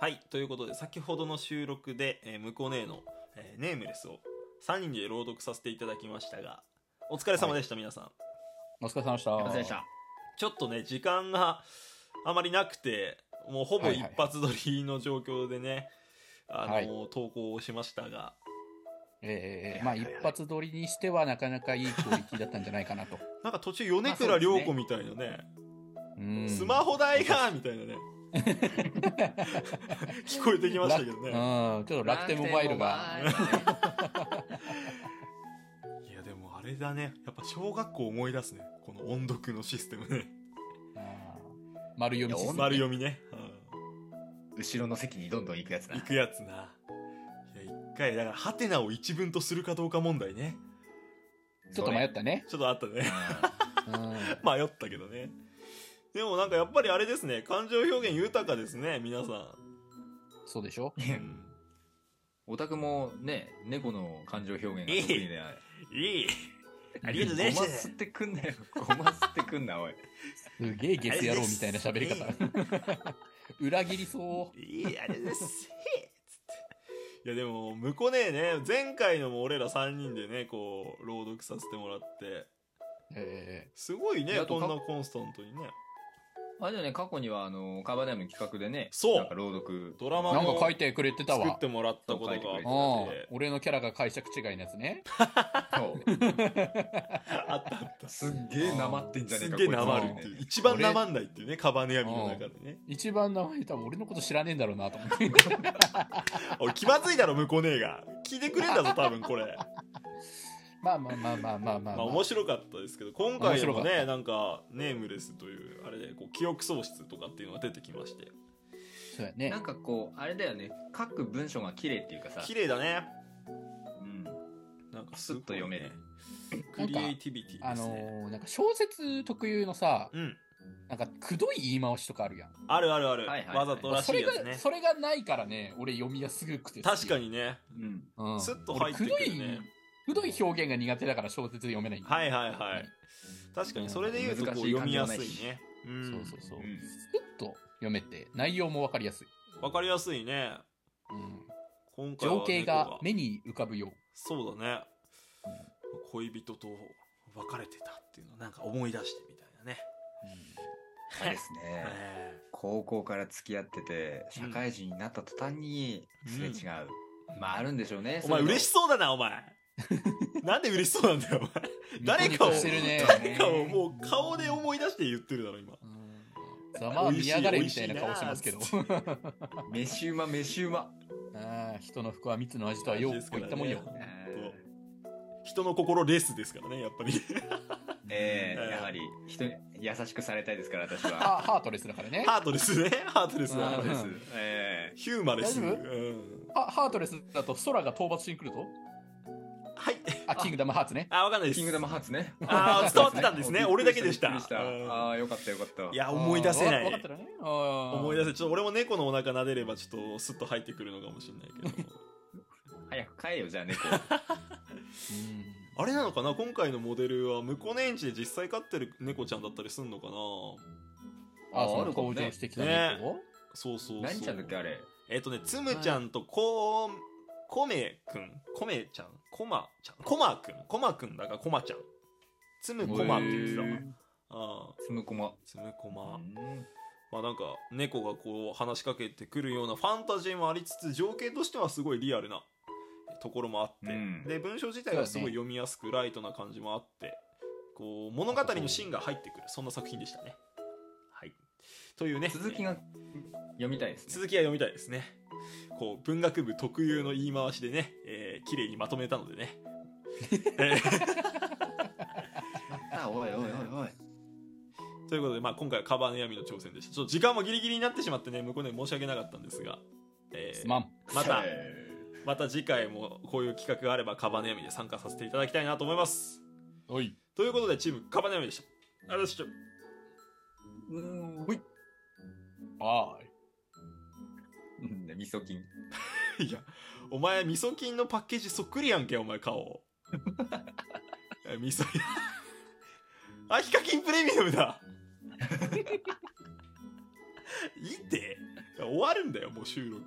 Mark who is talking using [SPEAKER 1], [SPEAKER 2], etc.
[SPEAKER 1] はい、ということで、先ほどの収録で、えー、向こう姉の、えーネームレスを3人で朗読させていただきましたが、お疲れ様でした、皆さん。
[SPEAKER 2] お疲れ様でした。
[SPEAKER 3] すいませんでした。
[SPEAKER 1] ちょっとね、時間があまりなくて、もうほぼ
[SPEAKER 2] はい
[SPEAKER 1] 一
[SPEAKER 2] はい
[SPEAKER 1] 発撮りの状況でね、
[SPEAKER 2] は
[SPEAKER 1] あの、投稿をしましたが、
[SPEAKER 2] ええええまあ一発撮りにしてはなかなかいいクオリティだったんじゃないか なと。
[SPEAKER 1] なんか途中、米倉涼子みたいなね、
[SPEAKER 2] うん
[SPEAKER 1] スマホ代がみたいなね、 聞こえてきましたけどね。
[SPEAKER 2] うん、ちょっと楽天モバイルが。
[SPEAKER 3] 楽天モバイルね。
[SPEAKER 1] いやでもあれだねやっぱ小学校思い出すねこの音読のシステムね
[SPEAKER 2] うん丸読みシステム
[SPEAKER 1] 丸読みね、
[SPEAKER 3] 後ろの席にどんどん行くやつ
[SPEAKER 1] うん、行
[SPEAKER 3] な。
[SPEAKER 1] くやつないや一回だからハテナを一文とするかどうか問題ね
[SPEAKER 2] ちょっと迷ったね。
[SPEAKER 1] ちょっとあったね
[SPEAKER 2] うん
[SPEAKER 1] 迷ったけどねでもなんかやっぱりあれですね感情表現豊かですね皆さ
[SPEAKER 2] そうでしょ
[SPEAKER 1] ん、
[SPEAKER 3] う
[SPEAKER 1] うんん
[SPEAKER 3] オタクもね、猫の感情表現が得意で。
[SPEAKER 1] いいあり
[SPEAKER 3] ご
[SPEAKER 1] がとうございま
[SPEAKER 3] ます吸ってくんなよ。ごま吸ってくんな、おい。
[SPEAKER 2] すげえゲス野郎みたいな喋り方
[SPEAKER 1] あれ。
[SPEAKER 2] 裏切りそ
[SPEAKER 1] いいあれですへえつっていやでも向こうねね前回のも俺ら3人でねこう朗読させてもらって
[SPEAKER 2] う。え
[SPEAKER 1] すごい
[SPEAKER 3] い
[SPEAKER 1] ね
[SPEAKER 3] や
[SPEAKER 1] こんな
[SPEAKER 3] と
[SPEAKER 1] コンスタントにね
[SPEAKER 3] あれだよね、過去には、あの、カバネム企画でね、
[SPEAKER 1] そう
[SPEAKER 3] なんか朗読。
[SPEAKER 1] ドラ
[SPEAKER 2] え
[SPEAKER 1] マ
[SPEAKER 2] なん
[SPEAKER 1] の
[SPEAKER 2] か書いてくれてた
[SPEAKER 1] 作
[SPEAKER 2] わ
[SPEAKER 1] っ。てもらったことが
[SPEAKER 2] う
[SPEAKER 1] あ
[SPEAKER 2] ん
[SPEAKER 1] って、
[SPEAKER 2] 俺のキャラが解釈違いのやつね。
[SPEAKER 3] そう
[SPEAKER 1] あったあった
[SPEAKER 3] すっげえなまってんじゃ
[SPEAKER 1] す
[SPEAKER 3] ねえ
[SPEAKER 1] っ
[SPEAKER 3] か、
[SPEAKER 1] げえ
[SPEAKER 3] こいつ
[SPEAKER 1] なまるっていう一番なまんないっていうねカバネヤミの中でね
[SPEAKER 2] 一番名前多分俺のこと知らねえんだろうなと思って。
[SPEAKER 1] 俺気まずいだろ向こう姉が聞いてくれんだぞ多分これ
[SPEAKER 2] まあまあまあまあまあまあ、
[SPEAKER 1] ま
[SPEAKER 2] ま
[SPEAKER 1] あ
[SPEAKER 2] あ。
[SPEAKER 1] 面白かったですけど今回も
[SPEAKER 2] 面白か
[SPEAKER 1] ねなんかネームレスというあれでこう記憶喪失とかっていうのが出てきまして
[SPEAKER 2] そうやね
[SPEAKER 3] なん。かこう、あれだよね、書く文章が綺麗っていうかさ、
[SPEAKER 1] 綺麗だね
[SPEAKER 3] うん、
[SPEAKER 1] なんか
[SPEAKER 3] スッと読める。
[SPEAKER 1] クリエイティビティ
[SPEAKER 2] あ
[SPEAKER 1] です
[SPEAKER 2] の
[SPEAKER 1] ね
[SPEAKER 2] ーなんか小説特有のさ、
[SPEAKER 1] うん
[SPEAKER 2] なんかくどい言い回しとかあるやん。
[SPEAKER 1] あるあるある、
[SPEAKER 3] はいはいはい
[SPEAKER 1] わざとらし
[SPEAKER 2] そ
[SPEAKER 1] い
[SPEAKER 2] れ
[SPEAKER 1] やつね
[SPEAKER 2] が、それがないからね、俺読みやすくて好き。
[SPEAKER 1] 確かにね、
[SPEAKER 3] うん。
[SPEAKER 2] うん。
[SPEAKER 1] スッと入ってく
[SPEAKER 2] 俺
[SPEAKER 1] るね
[SPEAKER 2] くどい、くどい表現が苦手だから小説読めないんだよ
[SPEAKER 1] はいはいはい確かにそれで言うとこう
[SPEAKER 3] 難しい
[SPEAKER 1] 読みやす
[SPEAKER 3] 感
[SPEAKER 1] い
[SPEAKER 3] じは
[SPEAKER 1] ねうん
[SPEAKER 2] そうそうそう。スッ
[SPEAKER 3] うん
[SPEAKER 2] と読めて、内容もわかりやすい。
[SPEAKER 1] わかりやすいね
[SPEAKER 2] うん。
[SPEAKER 1] 今回は
[SPEAKER 2] 情景が
[SPEAKER 1] 猫
[SPEAKER 2] 目に浮かぶよう。
[SPEAKER 1] そうだね恋人と別れてたっていうのをなんか思い出してみたいなね
[SPEAKER 3] あれですね。
[SPEAKER 1] え
[SPEAKER 3] 高校から付き合ってて、社会人になった途端にすれ違う。
[SPEAKER 1] うん
[SPEAKER 3] まああるんでしょうね。
[SPEAKER 1] えお前嬉し
[SPEAKER 3] し
[SPEAKER 1] そうだなお前 なんで嬉しそうなんだよお前
[SPEAKER 2] う ん
[SPEAKER 1] 誰かを
[SPEAKER 2] ニコニコしてるね。
[SPEAKER 1] 誰かをもう顔で思い出して言ってるだろ今
[SPEAKER 2] うんざまあ見やがれみたいな顔してますけど
[SPEAKER 1] 美味しい。
[SPEAKER 3] 飯うま、飯うま。
[SPEAKER 2] ああ、人の服は蜜の味とはよう、こういったもんよ。
[SPEAKER 1] 本当人の心レースですからねやっぱり
[SPEAKER 3] ええ
[SPEAKER 1] うん
[SPEAKER 3] やはり、人に優しくされたいですから、私は。
[SPEAKER 2] ハハートレスだから ね。ハ
[SPEAKER 1] ハートですねハートです
[SPEAKER 2] うん
[SPEAKER 3] そうで
[SPEAKER 1] ね
[SPEAKER 3] す。ええ
[SPEAKER 1] ヒューマレス、う
[SPEAKER 2] 大丈夫
[SPEAKER 1] ん、
[SPEAKER 2] ハートレスだと空が討伐しに来ると
[SPEAKER 1] はい
[SPEAKER 2] あ、キングダムハーツね。
[SPEAKER 1] あわかんないです
[SPEAKER 3] キングダムハーツね。
[SPEAKER 1] あー伝わってたん ですね俺だけでした
[SPEAKER 3] びっくり
[SPEAKER 1] うん
[SPEAKER 3] ああ、よかったよかった。
[SPEAKER 1] いや思い出せな
[SPEAKER 2] わわかった
[SPEAKER 1] い
[SPEAKER 2] らね。思
[SPEAKER 1] 思い出せちょっと俺も猫のお腹撫でればちょっとスッと入ってくるのかもしれないけど
[SPEAKER 3] 早く帰よ、じゃあ猫。
[SPEAKER 1] あれなのかな今回のモデルは向こうの園地で実際飼ってる猫ちゃんだったりすんのかな
[SPEAKER 2] あ、そ
[SPEAKER 3] あ
[SPEAKER 2] の
[SPEAKER 3] るかも
[SPEAKER 2] 登場
[SPEAKER 3] ね
[SPEAKER 2] し。てきた猫
[SPEAKER 1] そうそうそう
[SPEAKER 3] 何ちゃんだっけ、あれ。
[SPEAKER 1] えっ、とねつむちゃんとこうコメくんコメちゃんコマちゃんコマくんコマくんだからコマちゃんつむコマって言ってたわ
[SPEAKER 3] へー
[SPEAKER 1] ああ
[SPEAKER 3] つむこま。
[SPEAKER 1] つむコマ、
[SPEAKER 3] うん
[SPEAKER 1] まあなんか猫がこう話しかけてくるようなファンタジーもありつつ情景としてはすごいリアルなところもあって、
[SPEAKER 3] うん
[SPEAKER 1] で文章自体はすごい読みやすくライトな感じもあってこう物語の芯が入ってくるそんな作品でしたね。はい、というね
[SPEAKER 3] 続きが読みたいですね。
[SPEAKER 1] 続きは読みたいですね。こう文学部特有の言い回しでね、えー、綺麗にまとめたのでね。えー
[SPEAKER 3] あ、おいおいおいおい。
[SPEAKER 1] ということで、まあ、今回はカバーの闇の挑戦でした。ちょっと時間もギリギリになってしまってね、向こうね申し訳なかったんですが、えー
[SPEAKER 2] すまん。
[SPEAKER 1] また、
[SPEAKER 3] え
[SPEAKER 1] また次回もこういう企画があればカバネヤミで参加させていただきたいなと思います
[SPEAKER 2] おい。
[SPEAKER 1] ということでチームカバネヤミでしたありがとうございました
[SPEAKER 3] ーうん、ほい。
[SPEAKER 2] あ
[SPEAKER 3] うんみそ菌。
[SPEAKER 1] いや、お前、味噌菌のパッケージそっくりやんけ、お前、顔。いや味噌、あ、ヒ カキンプレミアムだ。いいって。終わるんだよもう収録